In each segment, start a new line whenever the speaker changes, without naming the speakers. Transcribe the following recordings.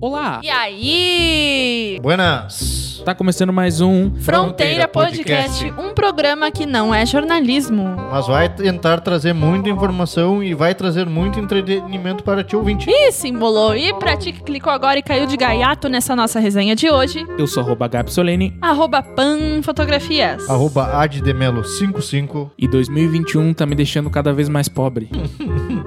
Olá!
E aí?
Buenas!
Tá começando mais um.
Fronteira Podcast, um programa que não é jornalismo.
Mas vai tentar trazer muita informação e vai trazer muito entretenimento para ti ouvinte.
Ih, se embolou. E pra ti que clicou agora e caiu de gaiato nessa nossa resenha de hoje,
Eu sou arroba Gabi Solene
arroba panfotografias.
Arroba addemelo55.
e 2021 tá me deixando cada vez mais pobre.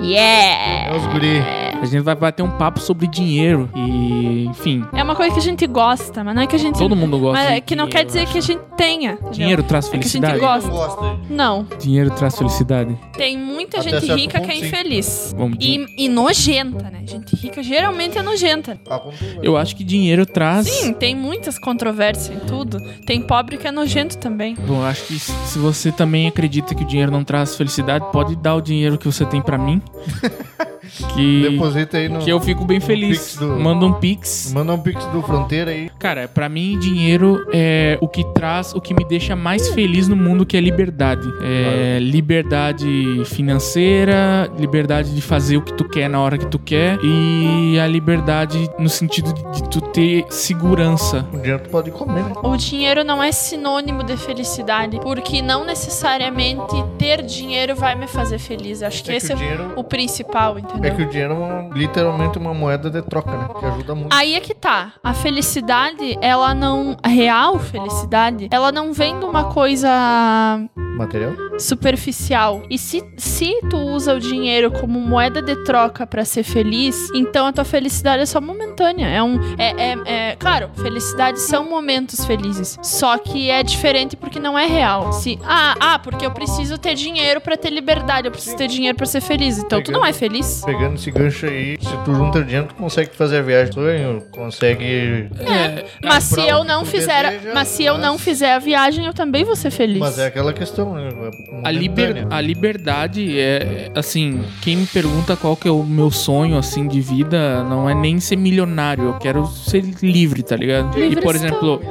Yeah!
É os guri.
A gente vai bater um papo sobre dinheiro e, enfim,
É uma coisa que a gente gosta, mas não é que a gente...
todo mundo gosta.
mas
de
é que não
dinheiro,
quer dizer que a gente tenha. entendeu?
Dinheiro traz
que a gente
felicidade.
gosta. Gosto.
gosta.
Não.
Dinheiro traz felicidade.
Tem muita
Até
gente
certo
rica que é
ponto, sim.
infeliz.
Vamos dizer.
E, e nojenta, né? Gente rica geralmente é nojenta.
Tá
Eu acho que dinheiro traz.
Sim, tem muitas controvérsias em tudo. Tem pobre que é nojento também.
Bom, eu acho que se você também acredita que o dinheiro não traz felicidade, pode dar o dinheiro que você tem pra mim. que
Deposita aí no...
que eu fico bem
no Pix
feliz.
do-
Manda um pix.
Manda um pix do Fronteira aí.
Cara, pra mim, dinheiro é o que traz, o que me deixa mais feliz no mundo, que é liberdade. É liberdade financeira, liberdade de fazer o que tu quer na hora que tu quer e a liberdade no sentido de, de tu ter segurança.
O dinheiro tu pode comer, né?
O dinheiro não é sinônimo de felicidade, porque não necessariamente ter dinheiro vai me fazer feliz. Acho que
É que
esse é
o dinheiro...
o principal,
É
entendeu?
que o dinheiro é uma- literalmente uma moeda de troca, né? Que ajuda muito.
Aí é que tá. A felicidade, ela não. A real felicidade, ela não vem de uma coisa
Material?
superficial. E se, se tu usa o dinheiro como moeda de troca pra ser feliz, então a tua felicidade é só momentânea. É um. É, é, é- claro, felicidades são momentos felizes. Só que é diferente porque não é real. Se, ah, ah, porque eu preciso ter dinheiro pra ter liberdade, eu preciso ter dinheiro pra ser feliz. Então tu não é feliz.
Pegando esse gancho aí, se tu junta dinheiro, tu consegue fazer a viagem do sonho, consegue
É,
Mas se
pra
eu
onde
não
tu
fizer,
deseja,
mas se eu
mas-
não fizer a viagem, eu também vou ser feliz.
Mas é aquela questão, né?
A, liber, a liberdade é, assim, quem me pergunta qual que é o meu sonho, assim, de vida, não é nem ser milionário, eu quero ser livre, tá ligado?
Livre
e, por
estou.
exemplo,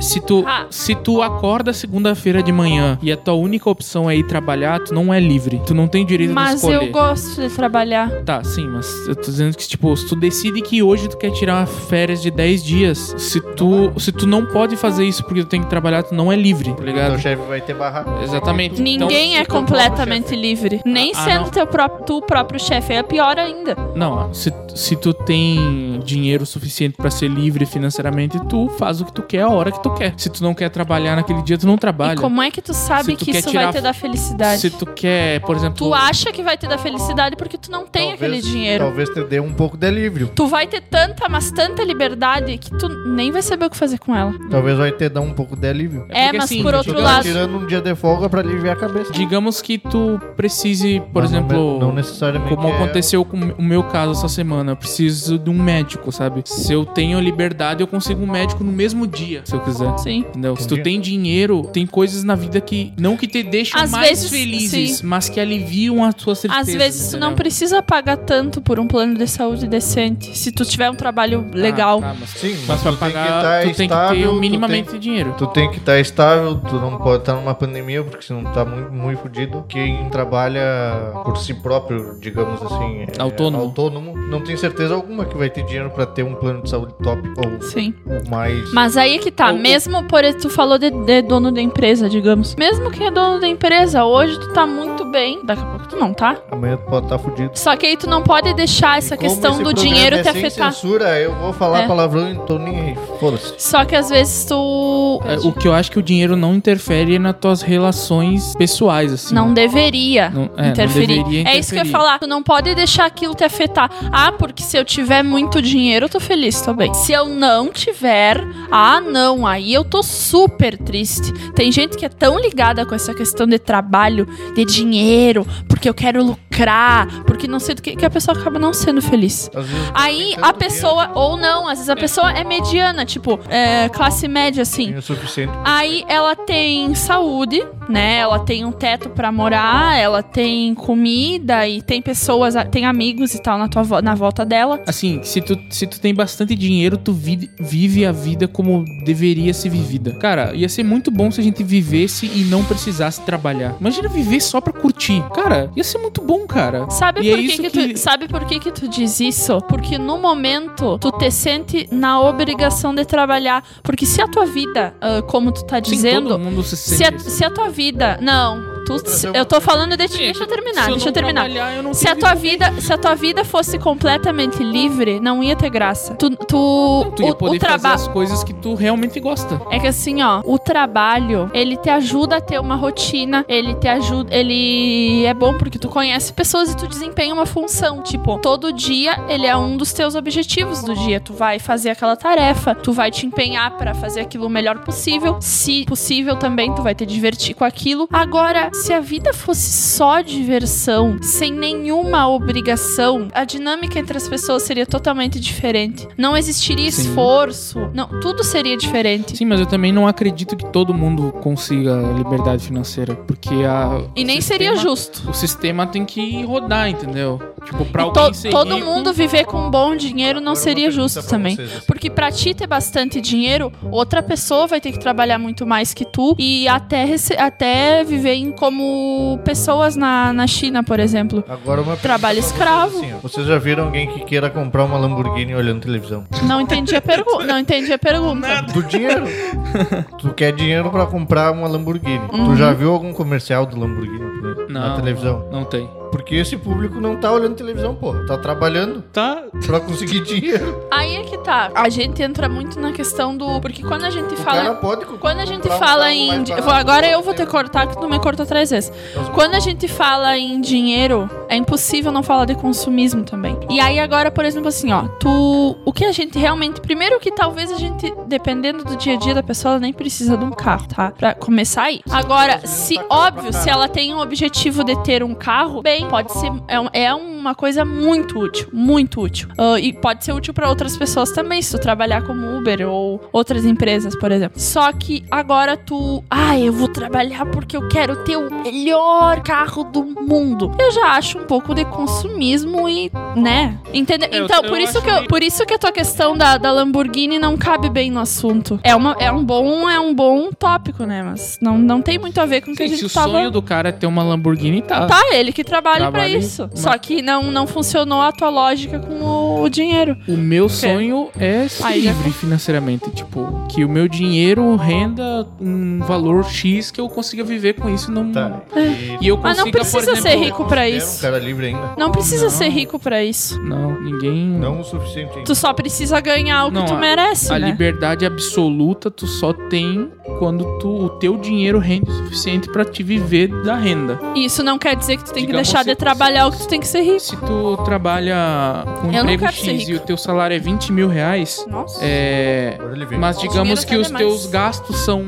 se tu,
Ah.
se tu acorda segunda-feira de manhã e a tua única opção é ir trabalhar, tu não é livre, tu não tem direito de
Mas
escolher.
eu gosto de trabalhar.
Tá, sim, mas eu tô dizendo que, tipo, se tu decide que hoje tu quer tirar férias de 10 dias, se tu, se tu não pode fazer isso porque tu tem que trabalhar, tu não é livre, tá ligado?
Então O chefe vai ter barra.
Exatamente.
Ninguém
Então,
é
se tu não-
completamente livre. Nem
ah,
sendo
não.
teu próprio, tu próprio chefe. É pior ainda.
Não, se, se tu tem dinheiro suficiente pra ser livre financeiramente, tu faz o que tu quer a hora que tu quer. Se tu não quer trabalhar naquele dia, tu não
E
trabalha.
como é que tu sabe
Se tu
que
quer
isso
tirar
vai te dar felicidade?
Se tu quer, por exemplo,
Tu acha que vai te dar felicidade porque tu não tem aquele dinheiro.
Talvez te dê um pouco de alívio.
Tu vai ter tanta, mas tanta liberdade que tu nem vai saber o que fazer com ela.
Talvez vai te dar um pouco de alívio.
É
É,
porque,
mas
assim,
por
tu
outro
fica
Tá
lado.
tirando um dia de folga pra aliviar a cabeça.
digamos que tu precise, por
Mas não
exemplo,
ne- Não necessariamente.
como
é-
aconteceu com o meu caso essa semana, eu preciso de um médico, sabe? Se eu tenho liberdade, eu consigo um médico no mesmo dia, se eu quiser.
Sim.
Entendeu? Se tu
Entendi.
tem dinheiro, tem coisas na vida que não que te deixam
Às
mais
vezes,
felizes, mas que aliviam a tua certeza.
Às vezes tu não
entendeu?
precisa pagar tanto por um plano de saúde decente. Se tu tiver um trabalho legal.
Ah, tá, mas
Sim,
mas
mas,
pra
tu
pagar,
tem que
tá tu tem
estar
que ter
estável.
minimamente
Tu
dinheiro.
tem, tu tem que estar estável, tu não pode estar numa pandemia, porque senão tu tá muito, muito fudido. Quem trabalha por si próprio, digamos assim, é
Autônomo.
autônomo, não tem certeza alguma que vai ter dinheiro pra ter um plano de saúde top
tá.
ou,
Sim.
ou mais.
Mas aí que tá,
Ou-
mesmo por tu falou de, de dono da empresa, digamos. Mesmo que é dono da empresa, hoje tu tá muito bem, daqui a pouco tu não tá.
Amanhã tu pode estar fudido.
Só que aí tu não pode deixar essa
E como
questão
esse
do
programa
dinheiro
é
te
sem
afetar.
censura, eu vou falar
É.
palavrão e tô nem aí. Foda-se.
Só que às vezes tu
É, o que eu acho que o dinheiro não interfere é nas tuas relações pessoais, assim.
não deveria.
Não- é, não
interferir.
deveria
É isso que eu ia
interferir.
falar. Tu não pode deixar aquilo te afetar. Ah, porque se eu tiver muito dinheiro, eu tô feliz, tô bem. Se eu não tiver, ah, não, aí eu tô super triste. Tem gente que é tão ligada com essa questão de trabalho, de dinheiro, porque eu quero lucrar, porque não sei do que, que a pessoa acaba não sendo feliz.
Às vezes,
Aí
tem
a
tanto
pessoa, ou não, às vezes a pessoa é mediana, tipo, é, classe média, assim.
dinheiro, tem o suficiente.
Aí ela tem saúde, né? Ela tem um teto pra morar, ela tem comida e tem pessoas, tem amigos e tal na, tua, vo- na volta dela.
Assim, se tu, se tu tem bastante dinheiro, tu vi- vive a vida como deveria ser vivida. Cara, ia ser muito bom se a gente vivesse e não precisasse trabalhar. Imagina viver só pra curtir. Cara, cara. Ia ser muito bom, cara.
Sabe
E é
por, que,
isso
que,
que-
tu, sabe por que, que tu diz isso? Porque no momento tu te sente na obrigação de trabalhar. Porque se a tua vida, ah, como tu tá
Sim, todo
dizendo,
mundo se
se
sente
a,
isso.
se a tua vida. Não, tu,
trazer uma-
eu tô falando de ti.
Gente,
Deixa eu
se
terminar, deixa
não
eu terminar.
trabalhar, eu não
Se a
tenho
tua vida, se a tua vida fosse completamente livre, não ia ter graça. Tu, tu,
Não, tu ia
o- o,
poder fazer
trabalho
as coisas que tu realmente gosta.
é que assim, ó, o trabalho, ele te ajuda a ter uma rotina, ele te ajuda, ele é bom porque tu conhece pessoas e tu desempenha uma função. Tipo, todo dia ele é um dos teus objetivos do dia. Tu vai fazer aquela tarefa, tu vai te empenhar pra fazer aquilo o melhor possível. Se possível também, tu vai te divertir com aquilo. Agora, se a vida fosse só diversão, sem nenhuma obrigação, a dinâmica entre as pessoas seria totalmente diferente. Não existiria
Sim.
esforço, não, tudo seria diferente.
Sim, mas eu também não acredito que todo mundo consiga liberdade financeira, porque a
E nem
o
seria
sistema-
justo.
O sistema tem que rodar, entendeu? Tipo, pra
E to-
alguém ser
todo
rico-
mundo viver com um bom dinheiro não seria justo também. Porque pra ti ter bastante dinheiro, outra pessoa vai ter que trabalhar muito mais que tu e até, rece- até viver em- como pessoas na, na China, por exemplo.
assim. Agora uma pergunta
Trabalho
pra vocês,
escravo.
assim, ó. vocês já viram alguém que queira comprar uma Lamborghini olhando televisão?
Não entendi a pergunta. Não entendi a pergunta.
Do dinheiro. tu quer dinheiro pra comprar uma Lamborghini.
Uhum.
Tu já viu algum comercial do Lamborghini né, na
Não.
televisão?
Não tem.
Porque esse público não tá olhando televisão, pô. Tá trabalhando
Tá.
pra conseguir dinheiro.
Aí é que tá. A gente entra muito na questão do. Porque quando a gente
O
fala.
cara pode co-
Quando a gente
comprar um
fala
carro
em.
mais
di-
barato,
Agora
não
eu vou
tem-
te cortar, que tu me cortou três vezes.
Então,
Quando a gente fala em dinheiro, é impossível não falar de consumismo também. E aí agora, por exemplo, assim, ó, tu, o que a gente realmente, primeiro que talvez a gente, dependendo do dia a dia da pessoa, ela nem precisa de um carro, tá? Pra começar aí. Agora, se óbvio, se ela tem o objetivo de ter um carro, bem, pode ser é, um- é uma coisa muito útil, muito útil. Ah, e pode ser útil pra outras pessoas também, se tu trabalhar como Uber ou outras empresas, por exemplo. Só que agora tu, ah, eu vou trabalhar porque eu quero ter o melhor carro do mundo. Eu já acho um pouco de consumismo e, né? Entendeu?
É, eu-
Então,
eu
por isso
acho
que eu,
que-
por isso que a tua questão da, da Lamborghini não cabe bem no assunto. É, uma, é um bom é um bom tópico, né? Mas não, não tem muito a ver com o que a
Sim, se
gente
o
tava
sonho do cara é ter uma Lamborghini, tá.
Tá, ele que trabalha pra
Trabalha em-
isso. Só que não, não funcionou a tua lógica com o, o dinheiro.
O meu sonho é ser
Aí já-
livre financeiramente. Tipo, que o meu dinheiro renda um valor X que eu consiga viver com isso. Não...
Tá.
E eu
Mas
consiga,
não
por
precisa ser
exemplo-
rico pra
Considera
isso.
um cara livre ainda.
Não precisa
Não.
ser rico pra isso.
Não, ninguém.
Não o suficiente ainda.
Tu só precisa ganhar o que
Não,
tu
a-
merece,
A
né?
liberdade absoluta tu só tem quando tu, o teu dinheiro rende o suficiente pra te viver da renda.
E Isso não quer dizer que tu tem que
Digamos
deixar de
assim,
trabalhar o que tu tem que ser rico.
Se tu trabalha com um
Eu não
emprego
quero ser
X e o
rico.
teu salário é 20 mil reais,
Nossa.
é,
Agora ele vem.
mas digamos
dinheiro
que
tá
os
demais.
teus gastos são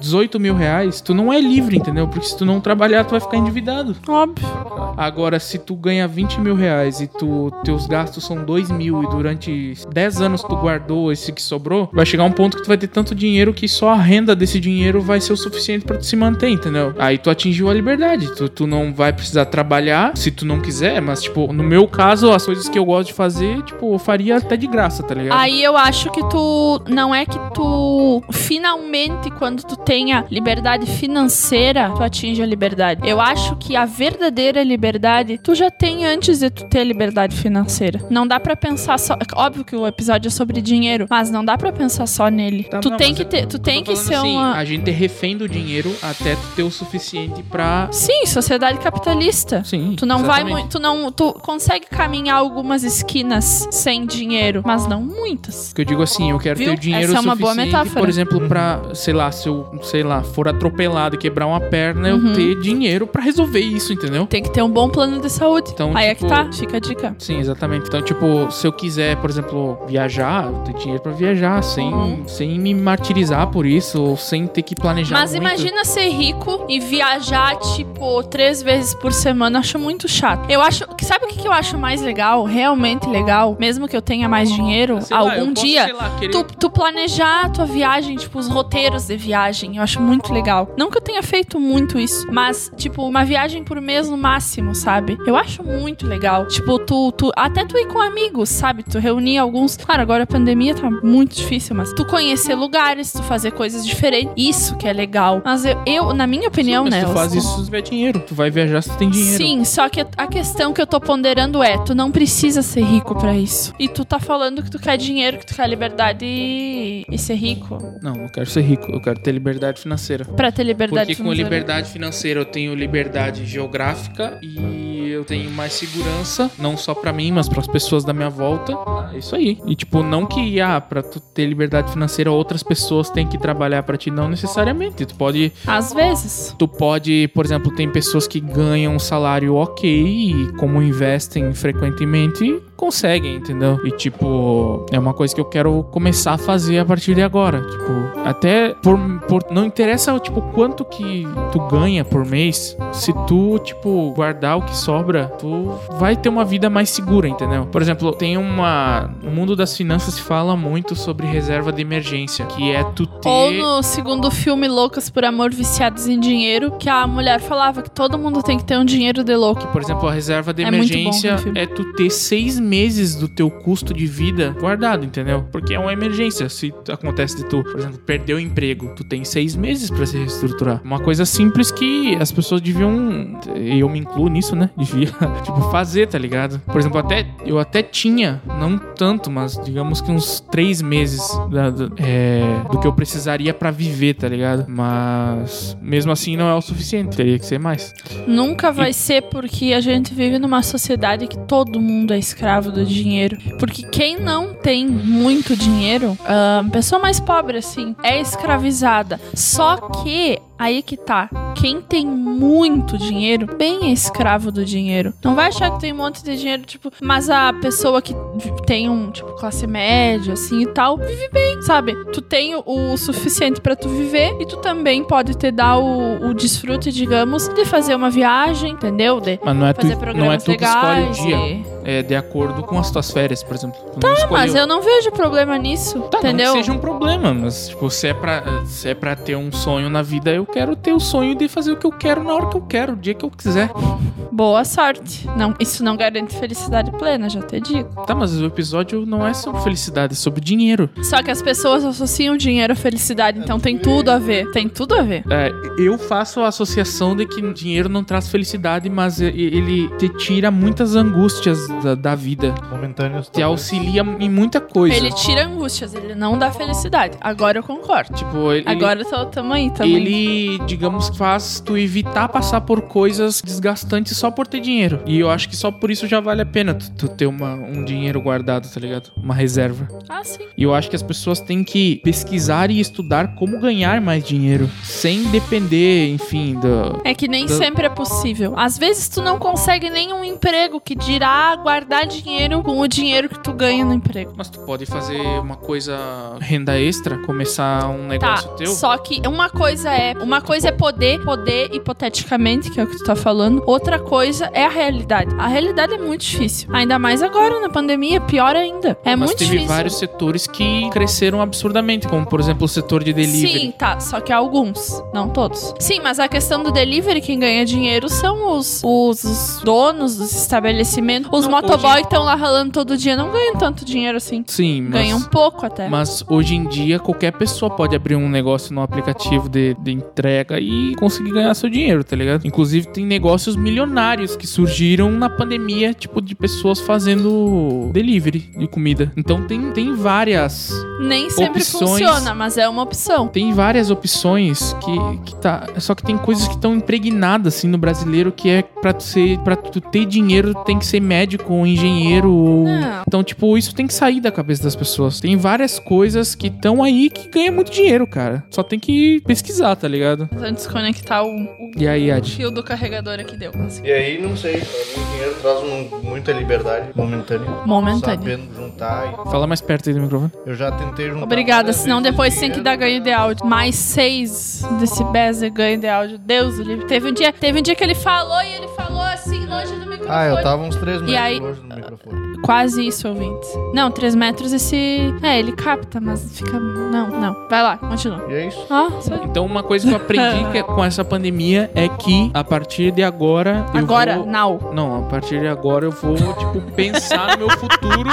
18 mil reais, tu não é livre, entendeu? Porque se tu não trabalhar, tu vai ficar endividado.
Óbvio.
Agora, se tu ganha 20 mil reais e tu, teus gastos são 2 mil e durante 10 anos tu guardou esse que sobrou, vai chegar um ponto que tu vai ter tanto dinheiro que só a renda desse dinheiro vai ser o suficiente pra tu se manter, entendeu? Aí tu atingiu a liberdade. Tu, tu não vai precisar trabalhar se tu não quiser, mas, tipo, no meu caso, as coisas que eu gosto de fazer, tipo, eu faria até de graça, tá ligado?
Aí eu acho que tu. Não é que tu. Finalmente, quando tu tenha liberdade financeira, tu atinge a liberdade. Eu acho que a verdadeira liberdade tu já tem antes de tu ter liberdade financeira. Não dá pra pensar só. Óbvio que o episódio é sobre dinheiro, mas não dá pra pensar só nele.
Tá,
tu
não,
tem
mas
que
eu-
ter. Tu
eu
tem
tô
que
falando
ser
assim,
uma.
A gente é refém do dinheiro até tu ter o suficiente pra.
Sim, sociedade capitalista.
Sim.
Tu não vai
exatamente.
muito, tu não, tu consegue caminhar algumas esquinas sem dinheiro, mas não muitas.
Que eu digo assim, eu quero
Viu?
ter dinheiro
Essa é uma boa
suficiente,
metáfora.
por exemplo, pra, sei lá, se eu, sei lá, for atropelado e quebrar uma perna,
Uhum.
eu ter dinheiro pra resolver isso, entendeu?
Tem que ter um bom plano de saúde.
Então,
Aí é
tipo,
que tá, fica a dica.
Sim, exatamente. Então, tipo, se eu quiser, por exemplo, viajar, eu ter dinheiro pra viajar, sem,
Uhum.
sem me martirizar por isso, ou sem ter que planejar
Mas
muito.
imagina ser rico e viajar, tipo, três vezes por semana. Eu Acho muito chato. Eu acho. que- Sabe o que que eu acho mais legal? Realmente legal? Mesmo que eu tenha mais dinheiro,
Sei lá, eu
algum
posso,
dia.
sei lá, querer-
Tu, tu planejar a tua viagem, tipo, os roteiros de viagem, eu acho muito legal. Não que eu tenha feito muito isso, mas, tipo, uma viagem por mês no máximo, sabe? Eu acho muito legal. Tipo, tu, tu até tu ir com amigos, sabe? Tu reunir alguns. Claro, agora a pandemia tá muito difícil, mas tu conhecer lugares, tu fazer coisas entende? Isso que é legal. Mas eu, eu na minha opinião,
Mas
né?
tu
eu-
faz isso se tiver dinheiro. Tu vai viajar se tu tem dinheiro.
Sim, só que a questão que eu tô ponderando é, tu não precisa ser rico pra isso. E tu tá falando que tu quer dinheiro, que tu quer liberdade e, e ser rico.
Não, eu quero ser rico. Eu quero ter liberdade financeira.
Pra ter liberdade
Porque com
financeira.
liberdade financeira eu tenho liberdade geográfica e eu tenho mais segurança, não só pra mim, mas pras pessoas da minha volta. Ah, isso aí. E tipo, não que ah, para tu ter liberdade financeira outras pessoas têm que trabalhar pra ti, não necessariamente. Tu pode,
Às vezes.
tu pode, por exemplo, tem pessoas que ganham um salário OK e como investem frequentemente, conseguem, entendeu? E tipo, é uma coisa que eu quero começar a fazer a partir de agora, tipo, até por, por não interessa tipo quanto que tu ganha por mês, se tu tipo guardar o que sobra, tu vai ter uma vida mais segura, entendeu? Por exemplo, tem uma no mundo das finanças se fala muito sobre reserva de emergência, que é tu ter
Ou no segundo filme Loucas por Amor Viciados em Dinheiro, que a mulher falava que todo mundo tem que ter um dinheiro de louco.
Que, por exemplo, a reserva de
É muito bom,
emergência
Rafi.
é tu ter seis meses do teu custo de vida guardado, entendeu? Porque é uma emergência. Se acontece de tu, por exemplo, perder o emprego, tu tem seis meses pra se reestruturar. Uma coisa simples que as pessoas deviam, e eu me incluo nisso, né? Devia, tipo, fazer, tá ligado? Por exemplo, até eu até tinha, não tanto, mas digamos que uns três meses da- da- é, do que eu precisaria pra viver, tá ligado? Mas mesmo assim não é o suficiente, teria que ser mais.
Nunca vai ser porque a gente vive numa sociedade que todo mundo é escravo do dinheiro. Porque quem não tem muito dinheiro, ahn, pessoa mais pobre assim, é escravizada. Só que aí que tá. Quem tem muito dinheiro, bem é escravo do dinheiro. Não vai achar que tem um monte de dinheiro, tipo, mas a pessoa que vi- tem um, tipo, classe média, assim e tal, vive bem, sabe? Tu tem o, o suficiente pra tu viver e tu também pode te dar o, o desfrute, digamos, de fazer uma viagem, entendeu? De
Mas não é tu,
fazer
não é
programas
tu que escolhe o
legais.
dia.
e- Tá,
é, de acordo com as tuas férias, por exemplo. Tu não escolheu.
Mas eu não vejo problema nisso,
Tá,
entendeu?
não que seja um problema, mas tipo, se é, pra, se é pra ter um sonho na vida, eu quero ter o sonho de fazer o que eu quero na hora que eu quero, o dia que eu quiser. um
Boa sorte. Não, isso não garante felicidade plena, já te digo.
Tá, mas o episódio não é sobre felicidade, é sobre dinheiro.
Só que as pessoas associam dinheiro à felicidade, então tem tudo a ver. Tem tudo a ver.
É, eu faço a associação de que dinheiro não traz felicidade, mas e- ele te tira muitas angústias da, da vida,
Momentâneos.
te
talvez.
auxilia em muita coisa.
Ele tira angústias, ele não dá felicidade. Agora eu concordo.
Tipo, ele,
Agora tô, tamo aí também.
Ele, digamos, faz tu evitar passar por coisas desgastantes só por ter dinheiro. E eu acho que só por isso já vale a pena tu, tu ter uma, um dinheiro guardado, tá ligado? Uma reserva.
Ah, sim.
E eu acho que as pessoas têm que pesquisar e estudar como ganhar mais dinheiro. Sem depender, enfim, do.
É que nem
Então-
sempre é possível. Às vezes tu não consegue nenhum emprego que dirá guardar dinheiro com o dinheiro que tu ganha no emprego.
Mas tu pode fazer uma coisa renda extra, começar um negócio teu.
Tá. Só que uma coisa é, uma coisa é poder, poder hipoteticamente, que é o que tu tá falando. Outra coisa é a realidade. A realidade é muito difícil, ainda mais agora na pandemia, pior ainda. É
Mas
muito
teve
difícil.
vários setores que cresceram absurdamente, como por exemplo o setor de delivery.
Sim, tá, só que alguns, não todos. Sim, mas a questão do delivery, quem ganha dinheiro são os, os, os donos dos estabelecimentos. Os
Não,
motoboy
hoje-
que estão lá ralando todo dia não ganham tanto dinheiro assim.
Sim, mas.
Ganham pouco até.
Mas hoje em dia qualquer pessoa pode abrir um negócio no aplicativo de, de entrega e conseguir ganhar seu dinheiro, tá ligado? Inclusive tem negócios milionários que surgiram na pandemia, tipo de pessoas fazendo delivery de comida. Então tem, tem várias
Nem sempre
opções-
funciona, mas é uma opção.
tem várias opções que, que tá. Só que tem coisas que estão impregnadas assim no brasileiro que é pra tu ser, para tu ter dinheiro tem que ser médico ou engenheiro ou
Não.
então tipo isso tem que sair da cabeça das pessoas. Tem várias coisas que estão aí que ganham muito dinheiro, cara. Só tem que pesquisar, tá ligado?
Tentando desconectar o, o
E aí, Ad?
fio do carregador aqui deu. assim. consegui.
E aí, não sei, pra mim, o dinheiro traz um- muita liberdade momentânea.
Momentâneo.
Sabendo juntar. e-
Fala mais perto aí do microfone.
Eu já tentei juntar.
Obrigada,
várias
senão
vezes é
depois
é
tem que dar ganho
dinheiro.
de áudio. Mais seis decibéis de ganho de áudio. Deus do livre. Teve um dia, teve um dia que ele falou e ele falou assim longe do microfone.
Ah, eu tava uns 3 metros
aí-
longe do microfone.
Quase isso, ouvintes. Não, três metros esse. É, ele capta, mas fica. Não, não. Vai lá, continua.
E é isso.
Ó, só-
Então uma coisa que eu aprendi que é- com essa pandemia é que a partir de agora eu
Agora,
vou-
now.
Não, a partir de agora eu vou, tipo, pensar no meu futuro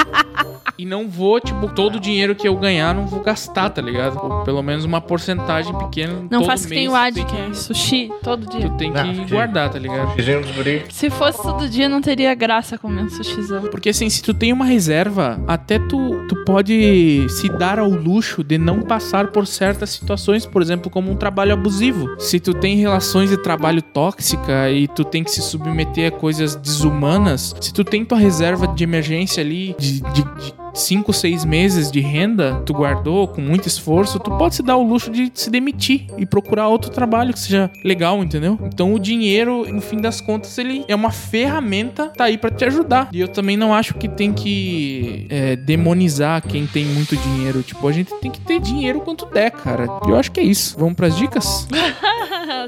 E não vou, tipo, todo o dinheiro que eu ganhar, não vou gastar, tá ligado? Ou pelo menos uma porcentagem pequena.
Não
todo
faço que
mês
tem o
tu
ad,
tem
que é
que,
sushi todo dia.
tu tem que
Não, porque-
guardar, tá ligado?
Vizinho dos guri.
Se fosse todo dia, não teria graça comer sushizão.
Porque assim, se tu tem uma reserva, até tu, tu pode se dar ao luxo de não passar por certas situações, por exemplo, como um trabalho abusivo. Se tu tem relações de trabalho tóxica e tu tem que se submeter a coisas desumanas, se tu tem tua reserva de emergência ali de. de, de Cinco, seis meses de renda, tu guardou com muito esforço, tu pode se dar o luxo de se demitir e procurar outro trabalho que seja legal, entendeu? Então o dinheiro, no fim das contas, ele é uma ferramenta, tá aí pra te ajudar. E eu também não acho que tem que é, demonizar quem tem muito dinheiro. Tipo, a gente tem que ter dinheiro quanto der, cara. E eu acho que é isso. Vamos pras dicas?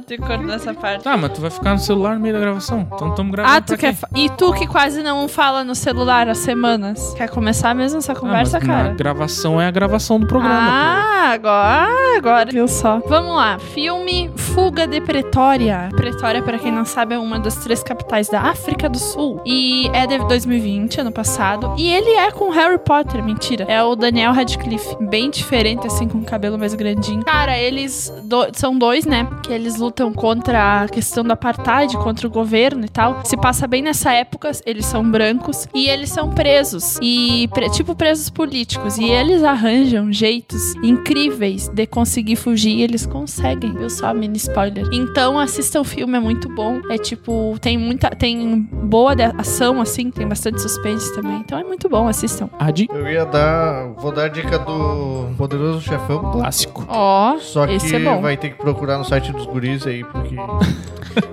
Tem que cortar essa parte.
Tá, mas tu vai ficar no celular no meio da gravação. Então tamo gravando.
Ah, tu
pra
quer.
quem?
fa- E tu que quase não fala no celular há semanas? Quer começar mesmo essa
Ah,
conversa,
mas
cara?
A gravação é a gravação do programa.
Ah, agora, ah, agora. Viu só? Vamos lá. Filme Fuga de Pretória. Pretória, pra quem não sabe, é uma das três capitais da África do Sul. E é de 2020, ano passado. E ele é com Harry Potter, mentira. É o Daniel Radcliffe. Bem diferente, assim, com o cabelo mais grandinho. Cara, eles do- são dois, né? Que eles lutam contra a questão do apartheid, contra o governo e tal. Se passa bem nessa época, eles são brancos e eles são presos. E, pre- tipo, presos políticos. E eles arranjam jeitos incríveis de conseguir fugir e eles conseguem. Viu só, mini spoiler. Então, assistam o filme, é muito bom. É tipo, tem muita. Tem boa de- ação, assim, tem bastante suspense também. Então é muito bom, assistam.
Ah, de
Eu ia dar. Vou dar a dica do Poderoso Chefão.
clássico.
Ó.
Só que
Esse é bom.
vai ter que procurar no site dos guris aí, porque.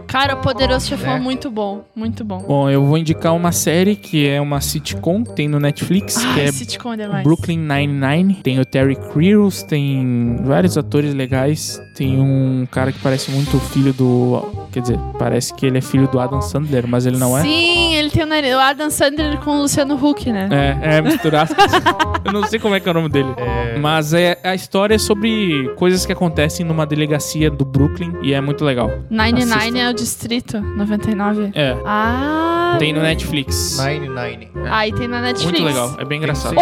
Cara, o Poderoso Chefão é
Né?
É.
muito bom. Muito bom.
Bom, eu vou indicar uma série que é uma sitcom, tem no Netflix, que
Ai,
é
sitcom é demais.
Brooklyn Nine-Nine. Tem o Terry Crews, tem vários atores legais. Tem um cara que parece muito o filho do. Quer dizer, parece que ele é filho do Adam Sandler, mas ele não é.
Sim, ele tem o nariz. O Adam Sandler com o Luciano Huck, né?
É, é misturado. Eu não sei como é que é o nome dele. Mas é, a história é sobre coisas que acontecem numa delegacia do Brooklyn e é muito legal.
99
Assistam.
é o distrito, 99.
É.
Ah,
Tem no Netflix.
Nine Nine.
aí tem na Netflix.
Muito legal. É bem engraçado.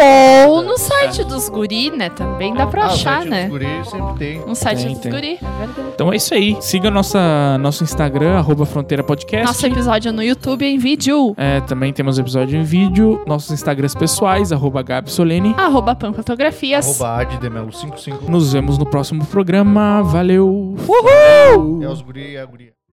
Ou no site dos guri, né? Também dá pra
Ah, o
achar,
site
né?
dos guris sempre tem.
No site
Tem,
dos
tem.
guri, é verdade.
Então é isso aí. Siga nossa, nosso Instagram, arroba Fronteira Podcast.
Nosso episódio no YouTube em vídeo.
É, também temos episódio em vídeo, nossos Instagrams pessoais, arroba Gabi Solene.
Arroba panfotografias.
Arroba Ad Demelo 55.
Nos vemos no próximo programa. Valeu!
É os guri e a guria.